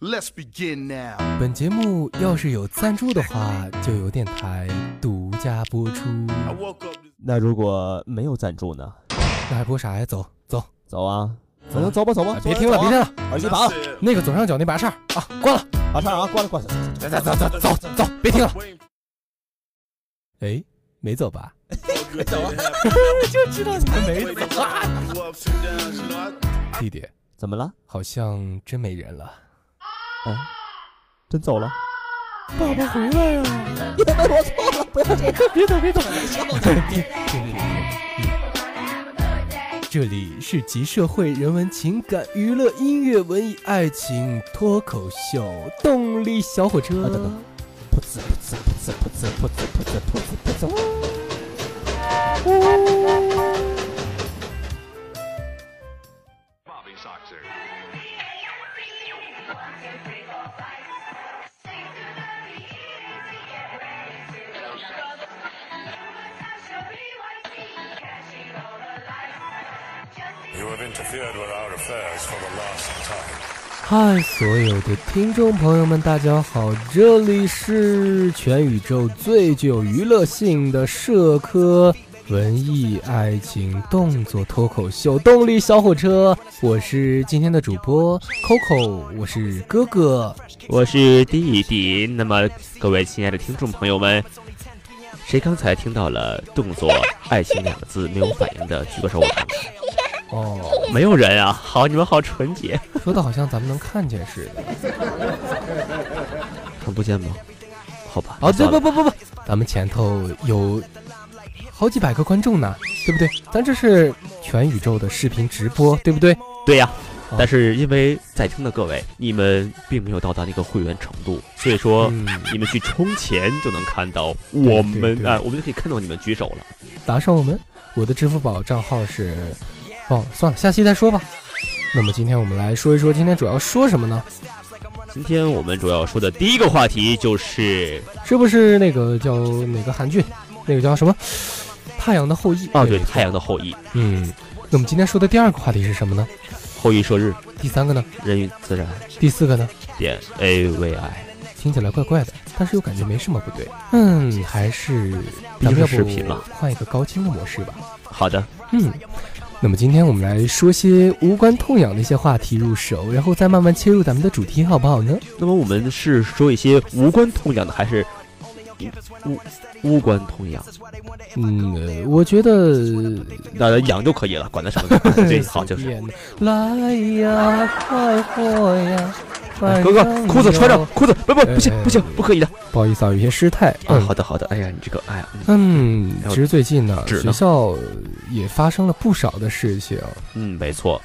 Let's begin now。本节目要是有赞助的话，就由电台独家播出。 I woke up 那如果没有赞助呢？那还播啥呀？走走，走啊，走啊走走吧走吧哎，别听了，别听了，耳机拔了，那个左上角那把扇儿啊，关了，把扇啊，关了关了，走走走走走走，别听了。哎，没走吧？知道你们没走。弟弟，怎么了？好像真没人了。 真走了？爸爸回来呀、这里是集社会人文情感、娱乐、音乐、文艺、爱情、脱口秀、动力小火车。啊等等噗呲噗呲噗呲噗呲噗呲噗呲噗呲噗呲。 You have interfered with our affairs for the last time. 嗨，所有的听众朋友们，大家好，这里是全宇宙最具有娱乐性的社科文艺爱情动作脱口秀《动力小火车》，我是今天的主播 Coco，我是哥哥。我是弟弟。那么，各位亲爱的听众朋友们，谁刚才听到了“动作爱情”两个字没有反应的，举个手我看看。哦，没有人啊！好，你们好纯洁，说的好像咱们能看见似的。看不见吗？好吧。哦，那对算不了不不不，咱们前头有好几百个观众呢，对不对？咱这是全宇宙的视频直播，对不对？对呀、哦但是因为在听的各位，你们并没有到达那个会员程度，所以说。嗯，你们去充钱就能看到我对们对啊、我们就可以看到你们举手了。打赏我们，我的支付宝账号是，哦，算了，下期再说吧。那么今天我们来说一说，今天主要说什么呢？今天我们主要说的第一个话题就是是不是那个叫哪个韩剧，那个叫什么《太阳的后裔》？哎哦，对，《太阳的后裔》嗯，那么今天说的第二个话题是什么呢？后羿射日，第三个呢？人与自然。第四个呢？点 A V I，听起来怪怪的，但是又感觉没什么不对。嗯，还是咱毕竟们是要不视频嘛换一个高清的模式吧。好的，嗯，那么今天我们来说些无关痛痒的一些话题入手，然后再慢慢切入咱们的主题，好不好呢？那么我们是说一些无关痛痒的，还是无无无关痛痒？嗯，呃我觉得那痒就可以了，管他什么呢？ 对，哎好就是。来呀，快活呀，快哎哥哥，裤子穿上上哟。，裤子不不哎不行哎不行，不可以的。不好意思啊，有些失态。啊，嗯好的好的，哎呀，你这个哎呀，嗯嗯，还有其实最近呢，纸学呢校也发生了不少的事情。嗯，没错，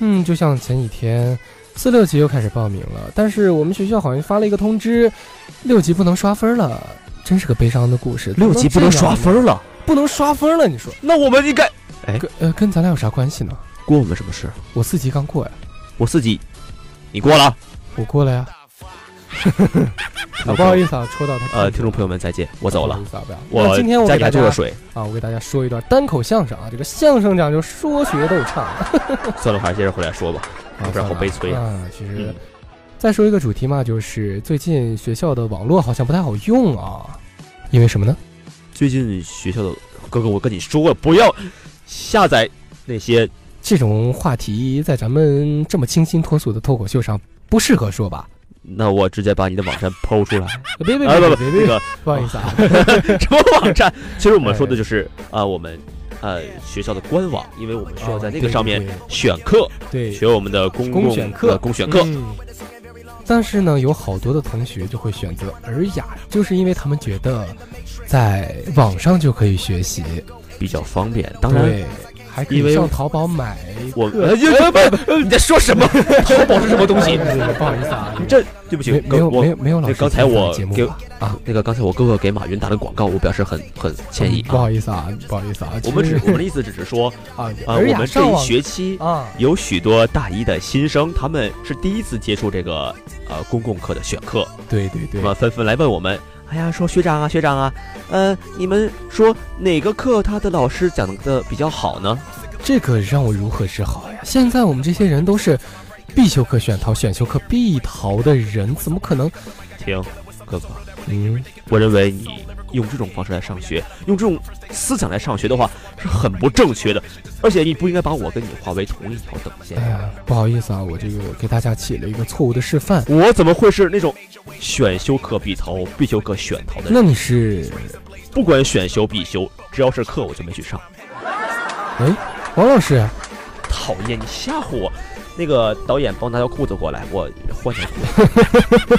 嗯，就像前几天四六级又开始报名了，但是我们学校好像发了一个通知，六级不能刷分了，真是个悲伤的故事。六级不能刷怎么这样分了，呢，不能刷分了，你说那我们应该哎跟呃跟咱俩有啥关系呢？关我们什么事？我四级刚过呀，我四级，你过了。我过 了呀。啊，不好意思啊，戳到他。呃，听众朋友们再见，我走了不好。意思啊，不要。我那今天我家给里大还家做着 水，啊，我给大家说一段单口相声啊，这个相声讲究说学逗唱，啊算了，我还是接着回来说吧。不 然好悲催啊啊。其实。嗯再说一个主题嘛，就是最近学校的网络好像不太好用啊，因为什么呢？最近学校的哥哥，我跟你说过，不要下载那些这种话题在咱们这么清新脱俗的脱口秀上不适合说吧？那我直接把你的网站剖出来。别别啊别不别不，别那别，个不好意思啊， 什么网站？其实我们说的就是啊，我们呃学校的官网，因为我们需要在哦那个上面选课，对学我们的公公共选课呃公选课。嗯但是呢，有好多的同学就会选择尔雅，就是因为他们觉得在网上就可以学习，比较方便。当然，对，还可因以为上淘宝买我课。哎呃不不，你在说什么？淘宝是什么东西？不好意思啊，这对不起没，没哥有没我有没有老师刚才听咱我节目啊给吧那个刚才我哥哥给马云打的广告，我表示很很歉意不啊。好意思啊，不好意思啊，我们其只实我们的意思只 是说啊，啊，尔我雅们这上一网学期啊，有许多大一的新生，他们是第一次接触这个呃公共课的选课，对对对那，么纷纷来问我们，哎呀，说学长啊学长啊，呃，你们说哪个课他的老师讲的比较好呢？这个让我如何是好呀？现在我们这些人都是必修课选逃，选修课必逃的人，怎么可能？停，哥哥，嗯，我认为你用这种方式来上学，用这种思想来上学的话是很不正确的，而且你不应该把我跟你划为同一条等线哎。呀，不好意思啊，我这个给大家起了一个错误的示范。我怎么会是那种选修课必逃、必修课选逃的人？那你是不管选修必修，只要是课我就没去上。王老师？啊讨厌，你吓唬我！那个导演帮我拿条裤子过来，我换条裤子。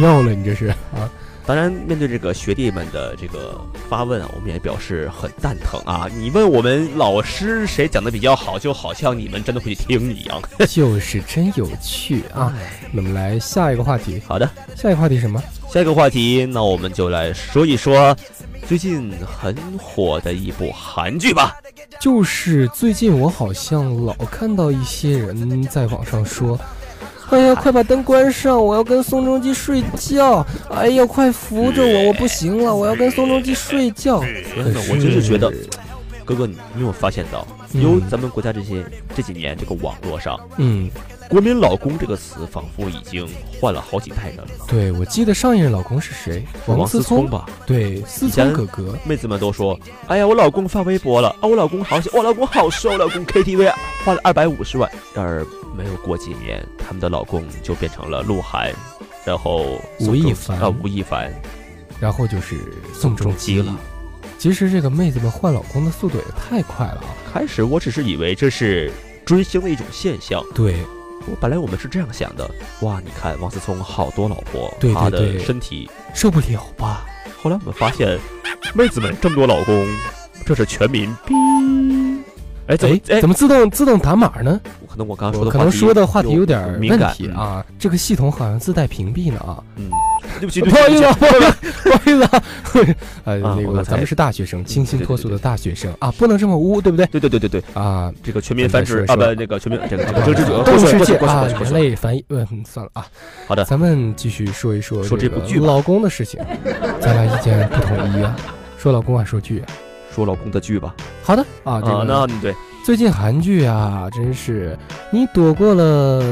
尿了，你这是啊？当然，面对这个学弟们的这个发问啊，我们也表示很蛋疼啊。你问我们老师谁讲的比较好，就好像你们真的会去听一样。就是真有趣啊！嗯那我们来下一个话题， 好的，下一个话题什么？下一个话题，那我们就来说一说最近很火的一部韩剧吧。就是最近我好像老看到一些人在网上说。哎呀，快把灯关上！我要跟宋仲基睡觉。哎呀，快扶着我，我不行了，我要跟宋仲基睡觉。天哪可， 我真是觉得，哥哥，你你有没有发现到，嗯由咱们国家这些这几年这个网络上，嗯，国民老公这个词仿佛已经换了好几代人了。对，我记得上一任老公是谁？王思思聪。吧，对，思聪哥哥。妹子们都说，哎呀，我老公发微博了，啊，我老公好小，我老公好瘦，我老公 KTV 啊花了二百五十万。然而没有过几年，他们的老公就变成了鹿晗，然后吴亦凡啊，吴亦凡，然后就是宋仲基宋仲基了。其实这个妹子们换老公的速度也太快了啊！开始我只是以为这是追星的一种现象，对，我本来我们是这样想的，哇，你看王思聪好多老婆，对对他的对身体。受不了吧？后来我们发现，妹子们这么多老公，这是全民逼。哎，怎么哎？，怎么自动自动打码呢？可能我刚刚说我可的能说的话题有有点敏问感题。啊，这个系统好像自带屏蔽呢啊。嗯，对不起，不 对不好起意思啊，不好意思，不好意思啊。 呃，啊那我刚个才嗯咱们是大学生，清新脱俗对对的大学生啊，不能这么污，对不对？对对对对对，啊，这个全民繁殖咱啊，不们，那个全民 这个这个这个这个动过物去世过界去过去啊过去，过人去。类繁育，嗯，算了啊。好的咱们继续说一说说这个部剧吧老公的事 情，咱俩意见不统一啊。说老公啊，说剧啊。说老公的剧吧好的啊，这个啊，那对最近韩剧啊，真是你躲过了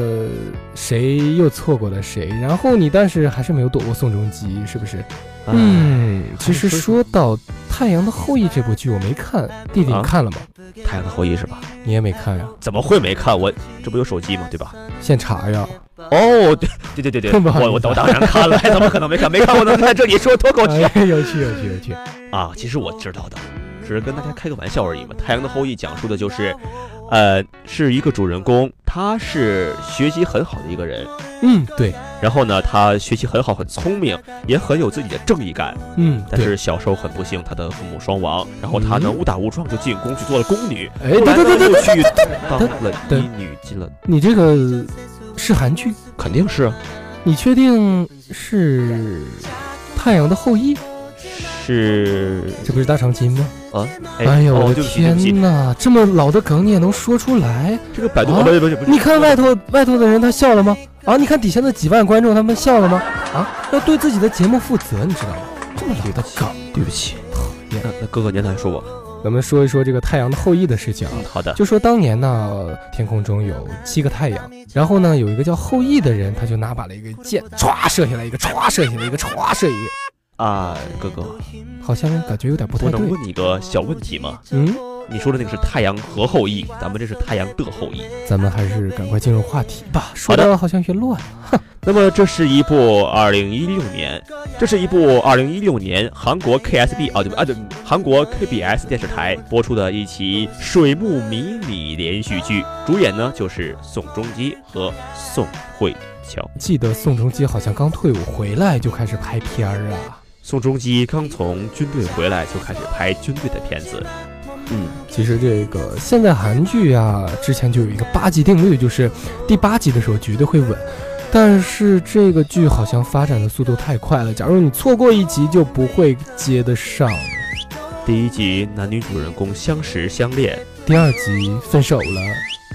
谁，又错过了谁，然后你但是还是没有躲过宋仲基，是不是？嗯，嗯，其实说到《太阳的后裔》这部剧，我没看，弟弟啊你看了吗？太阳的后裔是吧？你也没看呀、怎么会没看？我这不有手机吗？对吧？现查呀！哦，对对对对对，不好意思我我我当然看了，哎怎么可能没看？没看我能在这里说脱口秀哎，有趣有趣有趣。啊？其实我知道的，只是跟大家开个玩笑而已嘛。《太阳的后裔》讲述的就是，呃，是一个主人公，他是学习很好的一个人，嗯，对，然后呢，他学习很好，很聪明，也很有自己的正义感。嗯，但对。是小时候很不幸，他的父母双亡，然后他呢嗯误打误撞就进宫去做了宫女，哎，后对来呢对对对，又去当了对医女，进了你这个是韩剧？肯定啊是你确定是《太阳的后裔》？是这不是大长今吗？啊，哎呦，哦我的对不起对不起天哪！这么老的梗你也能说出来？这个百度啊哦不是不是不是，你看外头外头的人他笑了吗？啊，你看底下那几万观众他们笑了吗？啊，要对自己的节目负责，你知道吗？这么老的梗，对不起，厌那那哥哥您来说我，咱们说一说这个《太阳的后裔》的事情啊。嗯好的，就说当年呢，天空中有七个太阳，然后呢，有一个叫后羿的人，他就拿把了一个箭，歘射下来一个，歘射下来一个，歘射一个，啊哥哥，好像感觉有点不太我能对。问你个小问题吗？嗯，你说的那个是太阳和后裔，咱们这是太阳的后裔。咱们还是赶快进入话题吧，说好的好像越乱了。那么这是一部二零一六年，这是一部二零一六年韩国 KSB 啊对啊对，韩国 KBS 电视台播出的一期水木迷你连续剧，主演呢就是宋仲基和宋慧乔。记得宋仲基好像刚退伍回来就开始拍片儿啊。宋仲基刚从军队回来就开始拍军队的片子，嗯，其实这个现在韩剧啊，之前就有一个八级定律，就是第八集的时候绝对会稳。但是这个剧好像发展的速度太快了，假如你错过一集就不会接得上。第一集男女主人公相识相恋，第二集分手了，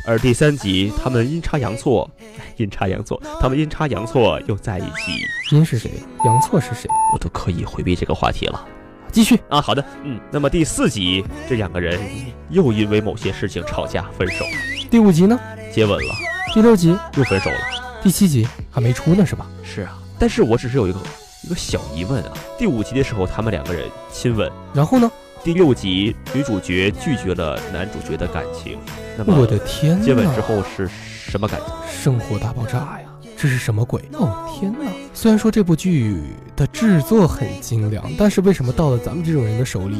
而第三集他们阴差阳错，哎阴差阳错，他们阴差阳错又在一起，您是谁？杨错是谁？我都刻意回避这个话题了。继续。啊，好的，嗯，那么第四集这两个人又因为某些事情吵架分手，第五集呢？接吻了，第六集、又分手了。第七集还没出呢是吧？是啊，但是我只是有一个一个小疑问啊。第五集的时候，他们两个人亲吻；然后呢？第六集，女主角拒绝了男主角的感情。那我么的天接吻之呐！后是什么感情？生活大爆炸哎呀！这是什么鬼？哦天呐！虽然说这部剧的制作很精良，但是为什么到了咱们这种人的手里，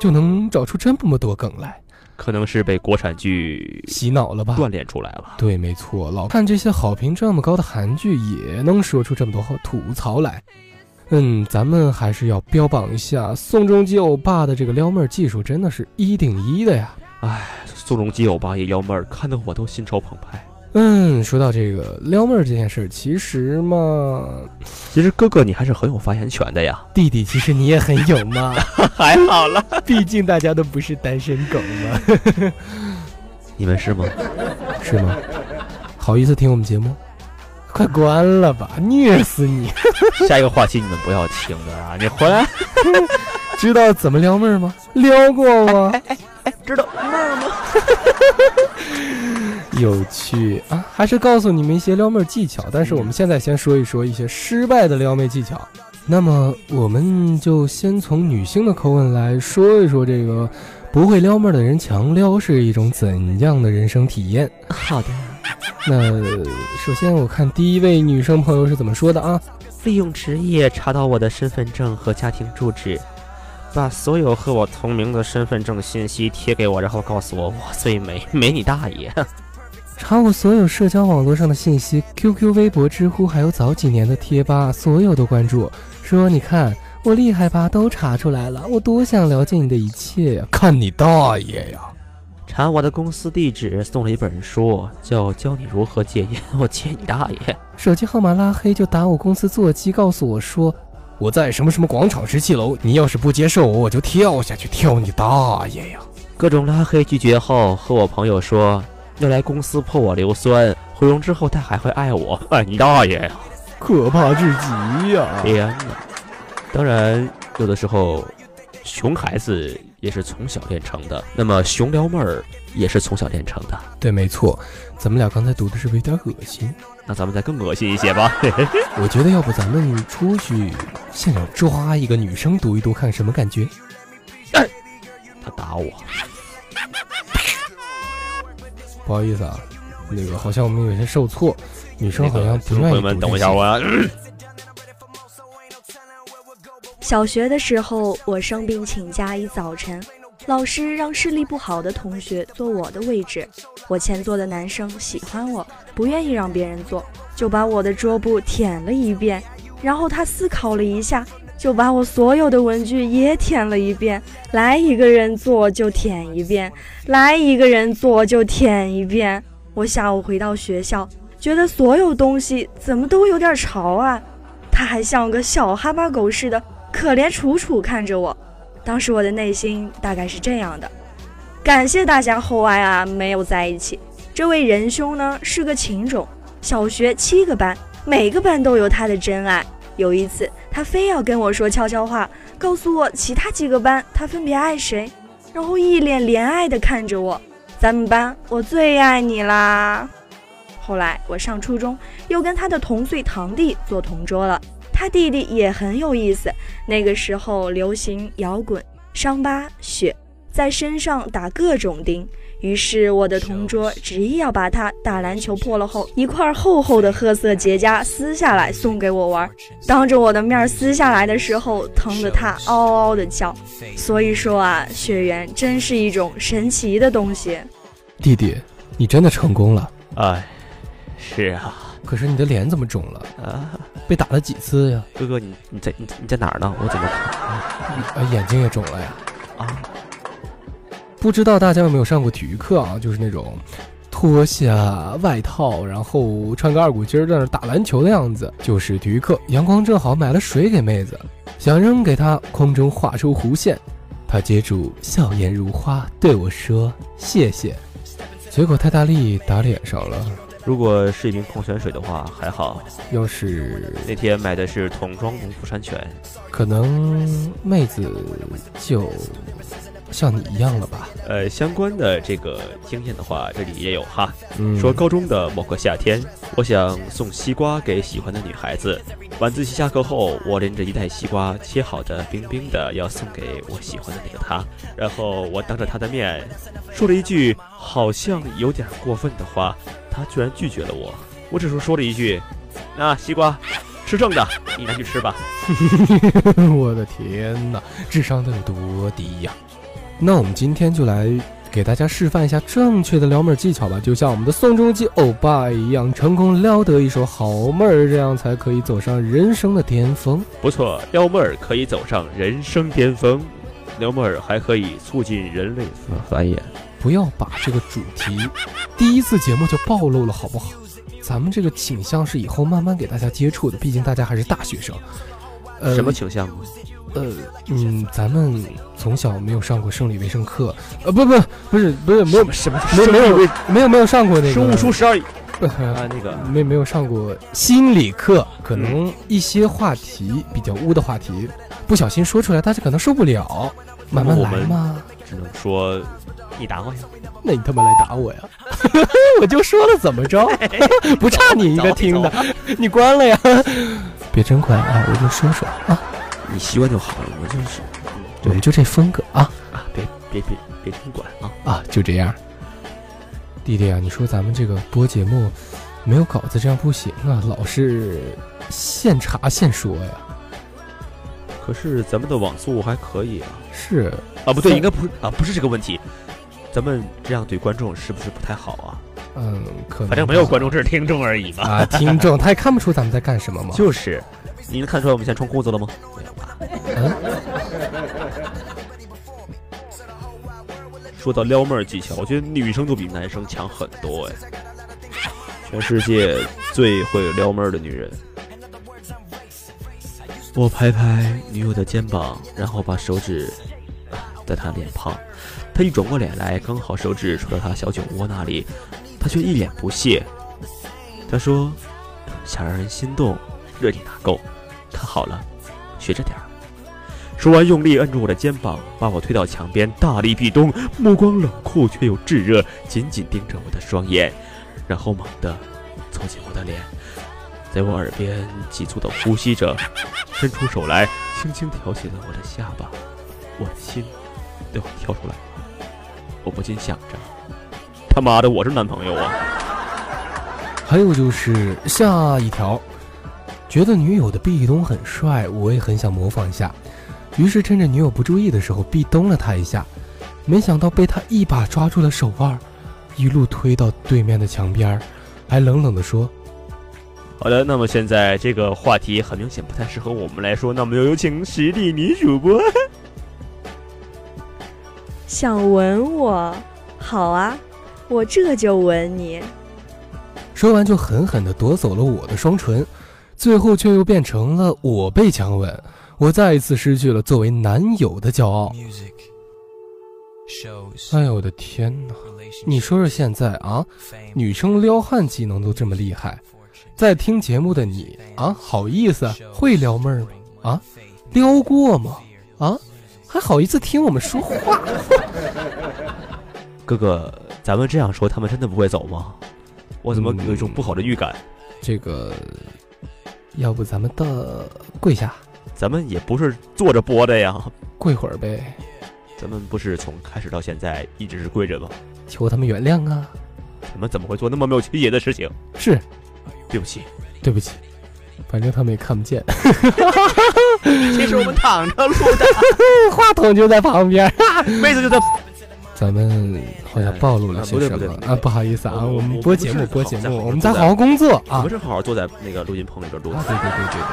就能找出这么多梗来？可能是被国产剧洗脑了吧？锻炼出来了。对，没错，老看这些好评这么高的韩剧，也能说出这么多好吐槽来。嗯，咱们还是要标榜一下宋仲基欧巴的这个撩妹技术，真的是一顶一的呀。宋仲基欧巴一撩妹儿，看得我都心潮澎湃。嗯，说到这个撩妹儿这件事儿，其实嘛，其实哥哥你还是很有发言权的呀。弟弟，其实你也很有嘛，还好啦， 毕竟大家都不是单身狗嘛，你们是吗？ 是吗？好意思听我们节目？ 快关了吧，虐死你！ 下一个话题你们不要听了啊！你回来 知道怎么撩妹儿吗？撩过吗？哎知道 有趣啊！还是告诉你们一些撩妹技巧，但是我们现在先说一说一些失败的撩妹技巧。那么，我们就先从女性的口吻来说一说这个不会撩妹的人强撩是一种怎样的人生体验。好的， 那首先，我看第一位女生朋友是怎么说的啊？利用职业查到我的身份证和家庭住址，把所有和我同名的身份证信息贴给我，然后告诉我我最美， 美你大爷！查我所有社交网络上的信息，QQ、微博、知乎，还有早几年的贴吧，所有都关注。说你看我厉害吧，都查出来了，我多想了解你的一切啊呀！看你大爷呀！查我的公司地址，送了一本书，叫《教你如何戒烟》， 我戒你大爷！手机号码拉黑就打我公司座机，告诉我说我在什么什么广场十七楼，你要是不接受我，我就跳下去，跳你大爷呀！各种拉黑拒绝后，和我朋友说要来公司泼我硫酸，毁容之后他还会爱我， 爱你大爷呀！可怕至极呀、天哪！哎当然，有的时候，熊孩子也是从小练成的，那么熊撩妹儿也是从小练成的。对，没错，咱们俩刚才读的是不是有点恶心？那咱们再更恶心一些吧。 嘿嘿我觉得要不咱们出去现场抓一个女生读一读，看什么感觉？他打我，不好意思啊，那个好像我们有些受挫，女生那好像个不听众愿意朋读友们，等我一这下，些我要小学的时候，我生病请假一早晨，老师让视力不好的同学坐我的位置。我前座的男生喜欢我，不愿意让别人坐，就把我的桌布舔了一遍。然后他思考了一下，就把我所有的文具也舔了一遍。来一个人坐就舔一遍，来一个人坐就舔一遍。我下午回到学校，觉得所有东西怎么都有点潮啊。他还像个小哈巴狗似的可怜楚楚看着我，当时我的内心大概是这样的：感谢大家厚爱啊，没有在一起。这位仁兄呢是个情种，小学七个班，每个班都有他的真爱。有一次，他非要跟我说悄悄话，告诉我其他几个班他分别爱谁，然后一脸怜爱的看着我。咱们班我最爱你啦。后来我上初中，又跟他的同岁堂弟做同桌了，他弟弟也很有意思。那个时候流行摇滚，伤疤血，在身上打各种钉。于是我的同桌执意要把他打篮球破了后一块厚厚的褐色结痂撕下来送给我玩儿，当着我的面撕下来的时候，疼得他嗷嗷的叫。所以说啊，血缘真是一种神奇的东西。弟弟，你真的成功了，哎，是啊可是你的脸怎么肿了？啊，被打了几次呀？哥哥你你在你你在哪儿呢？我怎么啊，眼睛也肿了呀？啊？不知道大家有没有上过体育课啊？就是那种脱下外套，然后穿个二股筋儿在那儿打篮球的样子，就是体育课。阳光正好，买了水给妹子，想扔给她，空中画出弧线，她接住，笑颜如花，对我说谢谢。结果太大力打脸上了，如果是一瓶矿泉水的话还好，要是那天买的是桶装农夫山泉，可能妹子就像你一样了吧？呃，相关的这个经验的话，这里也有哈。嗯，说高中的某个夏天，我想送西瓜给喜欢的女孩子。晚自习下课后，我拎着一袋西瓜，切好的冰冰的，要送给我喜欢的那个她。然后我当着她的面说了一句好像有点过分的话，她居然拒绝了我。我只是说了一句：“那西瓜，吃剩的，你拿去吃吧。 我的天哪，智商都有多低呀、那我们今天就来给大家示范一下正确的撩妹技巧吧，就像我们的宋仲基欧巴一样，成功撩得一手好妹儿，这样才可以走上人生的巅峰。”不错，撩妹儿可以走上人生巅峰，撩妹儿还可以促进人类繁衍。不要把这个主题第一次节目就暴露了，好不好？咱们这个倾向是以后慢慢给大家接触的，毕竟大家还是大学生。呃，什么啊倾向呢？呃，嗯，咱们从小没有上过生理卫生课，呃，不不不是不是没有什么没有没有没有没有上过那个生物书十二不啊，那个呃没没有上过心理课，可能一些话题比较污的话题，不小心说出来，大家可能受不了，慢慢来嘛。只能说你打我呀。那你他妈来打我呀！ 我就说了怎么着， 不差你一个听 的，你关了呀！ 别真管啊，我就说说啊，你习惯就好了，我就是我们就这风格啊啊，别别别别听管啊，啊，就这样。弟弟啊，你说咱们这个播节目没有稿子这样不行啊，老是现查现说呀。可是咱们的网速还可以啊，是，啊不对，在应该不是啊，不是这个问题，咱们这样对观众是不是不太好啊？嗯，可能反正没有吧观众，只是听众而已嘛。啊，听众他也看不出咱们在干什么嘛。就是，嗯你能看出来我们现在穿裤子了吗？没有吧。说到撩妹儿技巧，我觉得女生都比男生强很多哎。全世界最会撩妹儿的女人。我拍拍女友的肩膀，然后把手指啊在她脸庞，她一转过脸来，刚好手指戳到她小酒窝那里，她却一脸不屑。她说：“想让人心动，热力打够，看好了，学着点儿。说完，用力摁住我的肩膀，把我推到墙边，大力壁咚，目光冷酷却又炙热，紧紧盯着我的双眼，然后猛地凑近我的脸，在我耳边急促地呼吸着，伸出手来，轻轻挑起了我的下巴，我的心都要跳出来了。我不禁想着，他妈的，我是男朋友啊！还有就是下一条，觉得女友的壁咚很帅，我也很想模仿一下，于是趁着女友不注意的时候壁咚了她一下，没想到被她一把抓住了手腕儿，一路推到对面的墙边儿，还冷冷地说好的，那么现在这个话题很明显不太适合我们来说，那么就有请实力女主播。想吻我？好啊，我这就吻你。：“说完就狠狠地夺走了我的双唇，最后却又变成了我被强吻，我再一次失去了作为男友的骄傲。哎呦我的天哪！”你说说现在啊，女生撩汉技能都这么厉害，在听节目的你啊，好意思会撩妹儿吗？啊，撩过吗？啊，还好意思听我们说话？哥哥，咱们这样说，他们真的不会走吗？我怎么嗯有一种不好的预感？这个，要不咱们到跪下咱们也不是坐着播的呀，跪会儿呗，咱们不是从开始到现在一直是跪着吗？求他们原谅啊！咱们怎么会做那么没有情节的事情？是对不起，对不起，反正他们也看不见， 其实我们躺着录话筒就在旁边。 的，妹子就在。咱们好像暴露了些什哎不对么不对啊？不好意思啊，我我我们我播不是节目播好节在好目，好我们再做好好工作我啊们！正好坐在那个录音棚里边录的啊，对对对对对。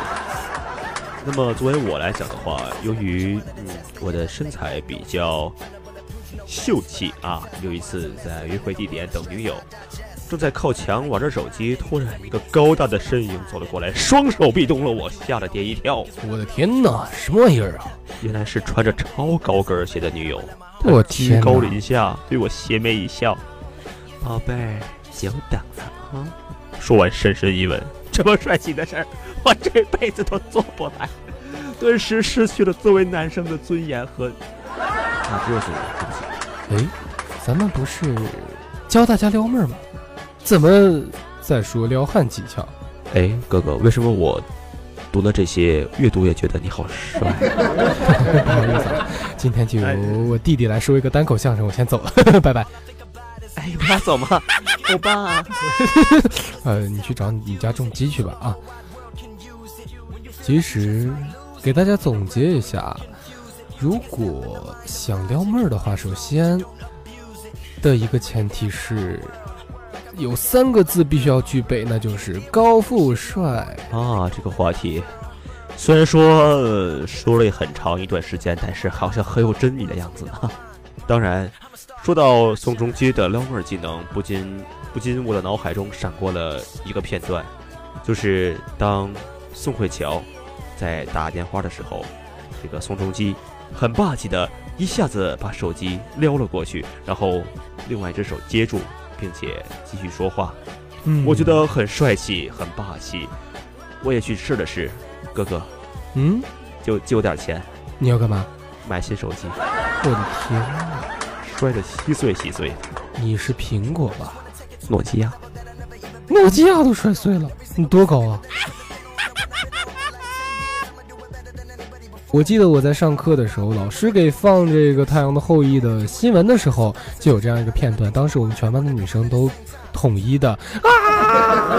那么作为我来讲的话，由于嗯我的身材比较秀气啊，有一次在约会地点等女友，正在靠墙玩着手机，突然一个高大的身影走了过来，双手壁咚了我，吓得跌一跳。我的天哪，什么玩意儿啊！原来是穿着超高跟鞋的女友，我居天哎高哪，临下对我邪魅一笑：“宝贝儿，久等了啊。”说完深深一吻， 这么帅气的事儿，我这辈子都做不来。顿时失去了作为男生的尊严和啊，不认识我，对不起。哎，咱们不是教大家撩妹儿吗？怎么再说撩汉技巧？ 哎，哥哥，为什么我读了这些，越读越觉得你好帅？不好意思啊，今天哎就由我弟弟来说一个单口相声，我先走了， 拜拜。哎，你俩走吗？欧啊巴，呃，你去找你家种鸡去吧啊。其实，给大家总结一下，如果想撩妹儿的话，首先的一个前提是有三个字必须要具备，那就是高富帅。啊，这个话题虽然说、呃说了很长一段时间，但是好像很有真理的样子啊。 当然，说到宋仲基的撩妹技能，不禁不禁我的脑海中闪过了一个片段，就是当宋慧乔在打电话的时候，这个宋仲基很霸气的一下子把手机撩了过去，然后另外一只手接住，并且继续说话。嗯我觉得很帅气，很霸气。我也去试了试，哥哥，嗯，就借我点钱你要干嘛？买新手机，我的天啊，摔得稀碎稀碎。你是苹果吧？诺基亚，诺基亚都摔碎了，你多高啊！我记得我在上课的时候，老师给放这个《太阳的后裔》的新闻的时候，就有这样一个片段。当时我们全班的女生都统一的啊，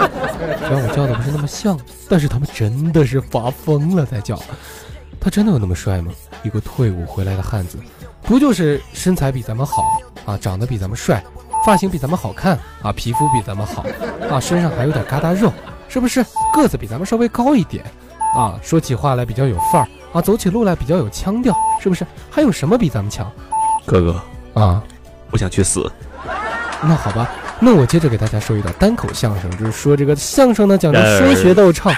虽然我叫的不是那么像，但是她们真的是发疯了在叫。他真的有那么帅吗？一个退伍回来的汉子，不就是身材比咱们好啊，长得比咱们帅，发型比咱们好看啊，皮肤比咱们好啊，身上还有点疙瘩肉，是不是？个子比咱们稍微高一点啊，说起话来比较有范儿啊，走起路来比较有腔调，是不是？还有什么比咱们强哥哥，啊？我想去死。那好吧，那我接着给大家说一段单口相声，就是说这个相声呢讲哎究说学逗唱，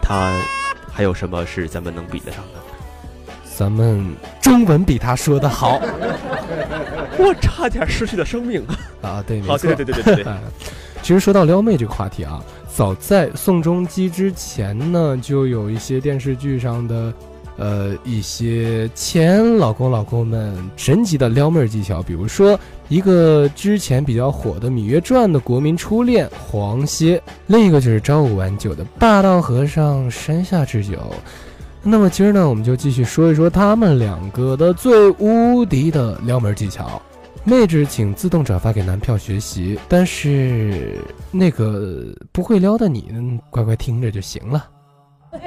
他还有什么是咱们能比得上的？咱们中文比他说的好我差点失去了生命。啊，对，没好，错，对对对对对对，哎，其实说到撩妹这个话题啊，早在宋仲基之前呢，就有一些电视剧上的，呃，一些前老公老公们神级的撩妹技巧，比如说一个之前比较火的《芈月传》的国民初恋黄歇，另一个就是朝五晚九的霸道和尚山下智久。那么今儿呢，我们就继续说一说他们两个的最无敌的撩妹技巧。妹纸请自动转发给男票学习，但是那个不会撩的你，嗯乖乖听着就行了。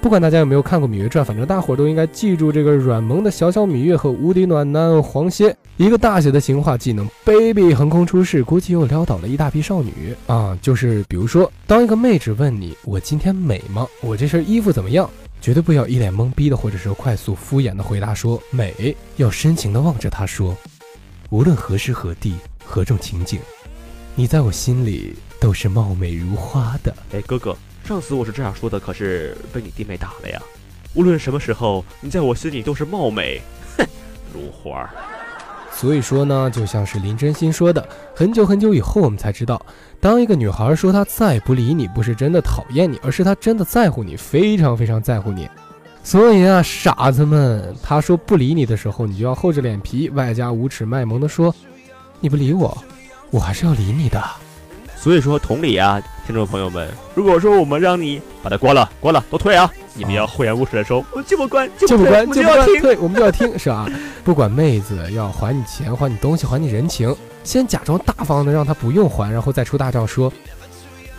不管大家有没有看过《芈月传》，反正大伙儿都应该记住这个软萌的小小芈月和无敌暖男黄歇，一个大写的型化技能 baby 横空出世，估计又撩倒了一大批少女啊！就是比如说，当一个妹纸问你“我今天美吗？我这身衣服怎么样？”绝对不要一脸懵逼的，或者是快速敷衍的回答说“美”，要深情的望着他说：“无论何时何地，何种情景，你在我心里都是貌美如花的。 哎，哥哥，上次我是这样说的，可是被你弟妹打了呀。无论什么时候，你在我心里都是貌美，哼，如花儿。”所以说呢，就像是林真心说的，很久很久以后我们才知道，当一个女孩说她再不理你，不是真的讨厌你，而是她真的在乎你，非常非常在乎你。所以啊，傻子们，她说不理你的时候，你就要厚着脸皮，外加无耻卖萌的说：“你不理我，我还是要理你的。”所以说，同理啊，听众朋友们，如果说我们让你把它关了，关了，都退啊，你们要厚颜无耻的说，我就不关，就不不关，我就就不要关，听。对，我们就要听，是吧？不管妹子要还你钱、还你东西、还你人情，先假装大方的让她不用还，然后再出大招说，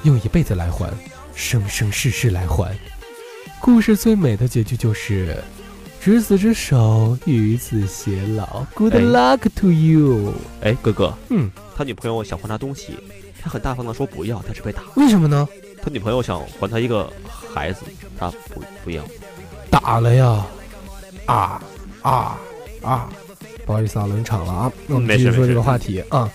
用一辈子来还，生生世世来还。故事最美的结局就是，执子之手，与子偕老。Good 哎 luck to you。哎，哥哥，嗯，他女朋友想还他东西，他很大方的说不要，但是被打。为什么呢？他女朋友想还他一个孩子，他不不要。打了呀！啊啊啊！不好意思啊，冷场了啊。那我们嗯没继续事说没这事个话题啊。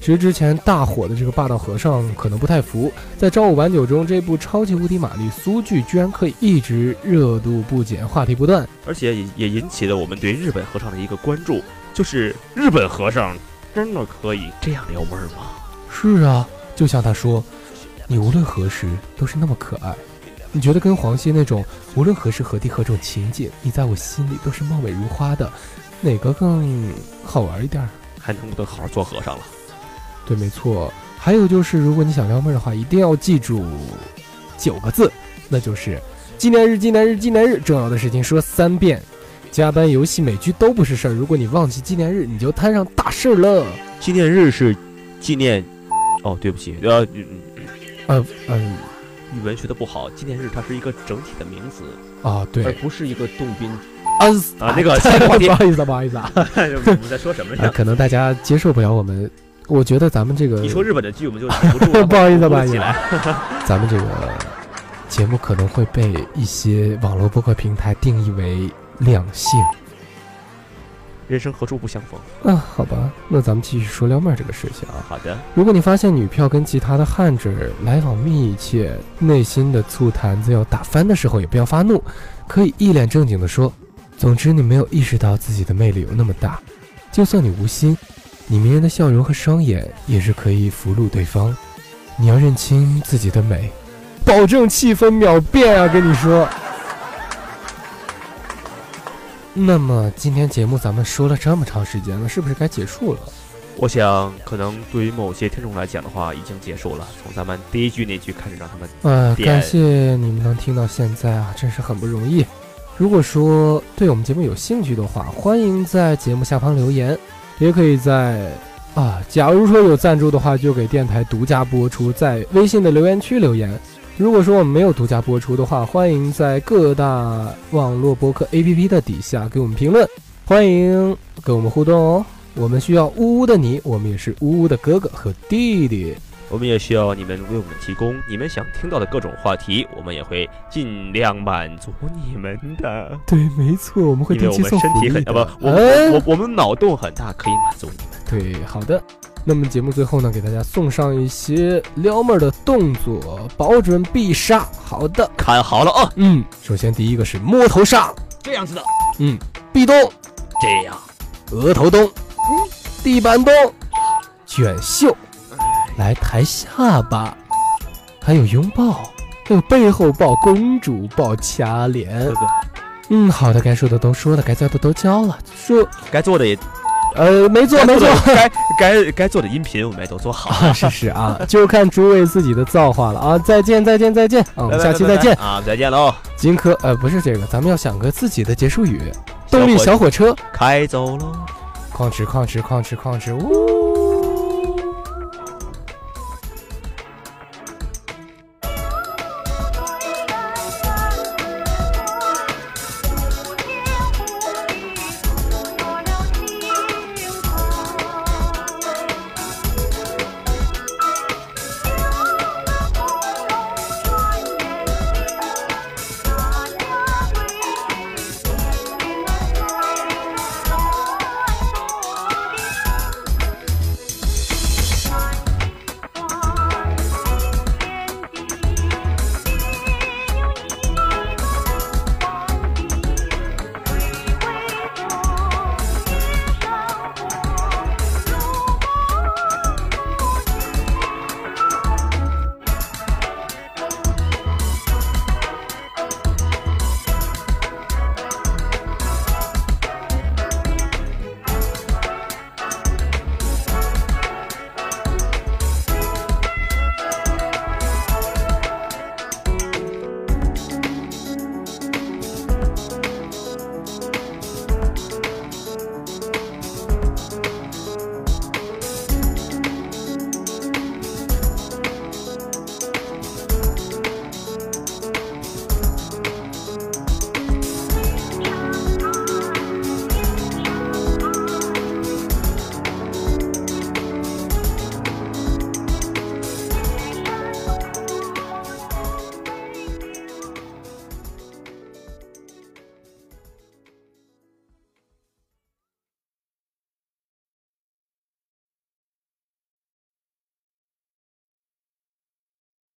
其实之前大火的这个霸道和尚可能不太服，在《朝五晚九》中，这部超级无敌玛丽苏剧居然可以一直热度不减，话题不断。而且也也引起了我们对日本和尚的一个关注，就是日本和尚真的可以这样撩妹儿吗？是啊，就像他说，你无论何时都是那么可爱，你觉得跟黄西那种无论何时何地何种情景，你在我心里都是貌美如花的，哪个更好玩一点儿？还能不能好好做和尚了？对，没错。还有就是，如果你想撩妹儿的话，一定要记住九个字，那就是纪念日、纪念日、纪念日，重要的事情说三遍。加班、游戏、美剧都不是事儿，如果你忘记纪念日，你就摊上大事儿了。纪念日是纪念，哦，对不起，呃，嗯呃嗯语文学的不好，纪念日它是一个整体的名词，啊，对而，不是一个动宾。啊呃啊 那个 不好意思，不好意思啊，我们在说什么啊，呀？可能大家接受不了我们，我觉得咱们这个，你说日本的剧，我们就忍不住了，不好意思录不好意思起来。咱们这个节目可能会被一些网络播客平台定义为两性。人生何处不相逢？那啊好吧，那咱们继续说撩妹儿这个事情啊。好的，如果你发现女票跟其他的汉子来往密切，内心的醋坛子要打翻的时候，也不要发怒，可以一脸正经的说：“总之，你没有意识到自己的魅力有那么大，就算你无心，你迷人的笑容和双眼也是可以俘虏对方。你要认清自己的美，保证气氛秒变啊！跟你说。”那么今天节目咱们说了这么长时间了，是不是该结束了？我想可能对于某些听众来讲的话，已经结束了。从咱们第一句那句开始，让他们呃，点感谢你们能听到现在啊，真是很不容易。如果说对我们节目有兴趣的话，欢迎在节目下方留言，也可以在啊，假如说有赞助的话，就给电台独家播出，在微信的留言区留言。如果说我们没有独家播出的话，欢迎在各大网络播客 APP 的底下给我们评论，欢迎跟我们互动哦。我们需要呜呜的你，我们也是呜呜的哥哥和弟弟。我们也需要你们为我们提供你们想听到的各种话题，我们也会尽量满足你们的。 对，没错，我们会因为定我期们送身福体利很的。啊不，我哎们我我们脑洞很大，可以满足你们。对，好的。那么节目最后呢，给大家送上一些撩妹儿的动作，保准必杀。好的，看好了啊，嗯，首先第一个是摸头杀，这样子的，嗯，壁咚，这样额头咚，地板咚，卷袖，来抬下巴，还有拥抱，还有背后抱、公主抱、掐脸哥。哥嗯，好的，该说的都说了，该教的都教了，说，该做的也呃，没做，没做该做。的该该该做的音频我们也都做好了。啊，是是啊，就看诸位自己的造化了啊！再见，再见，再见啊！我们拜拜下期拜拜再见。啊，再见喽！荆轲，呃，不是这个，咱们要想个自己的结束语。动力小小火车，开走喽。哐哧哐哧哐哧哐哧，呜。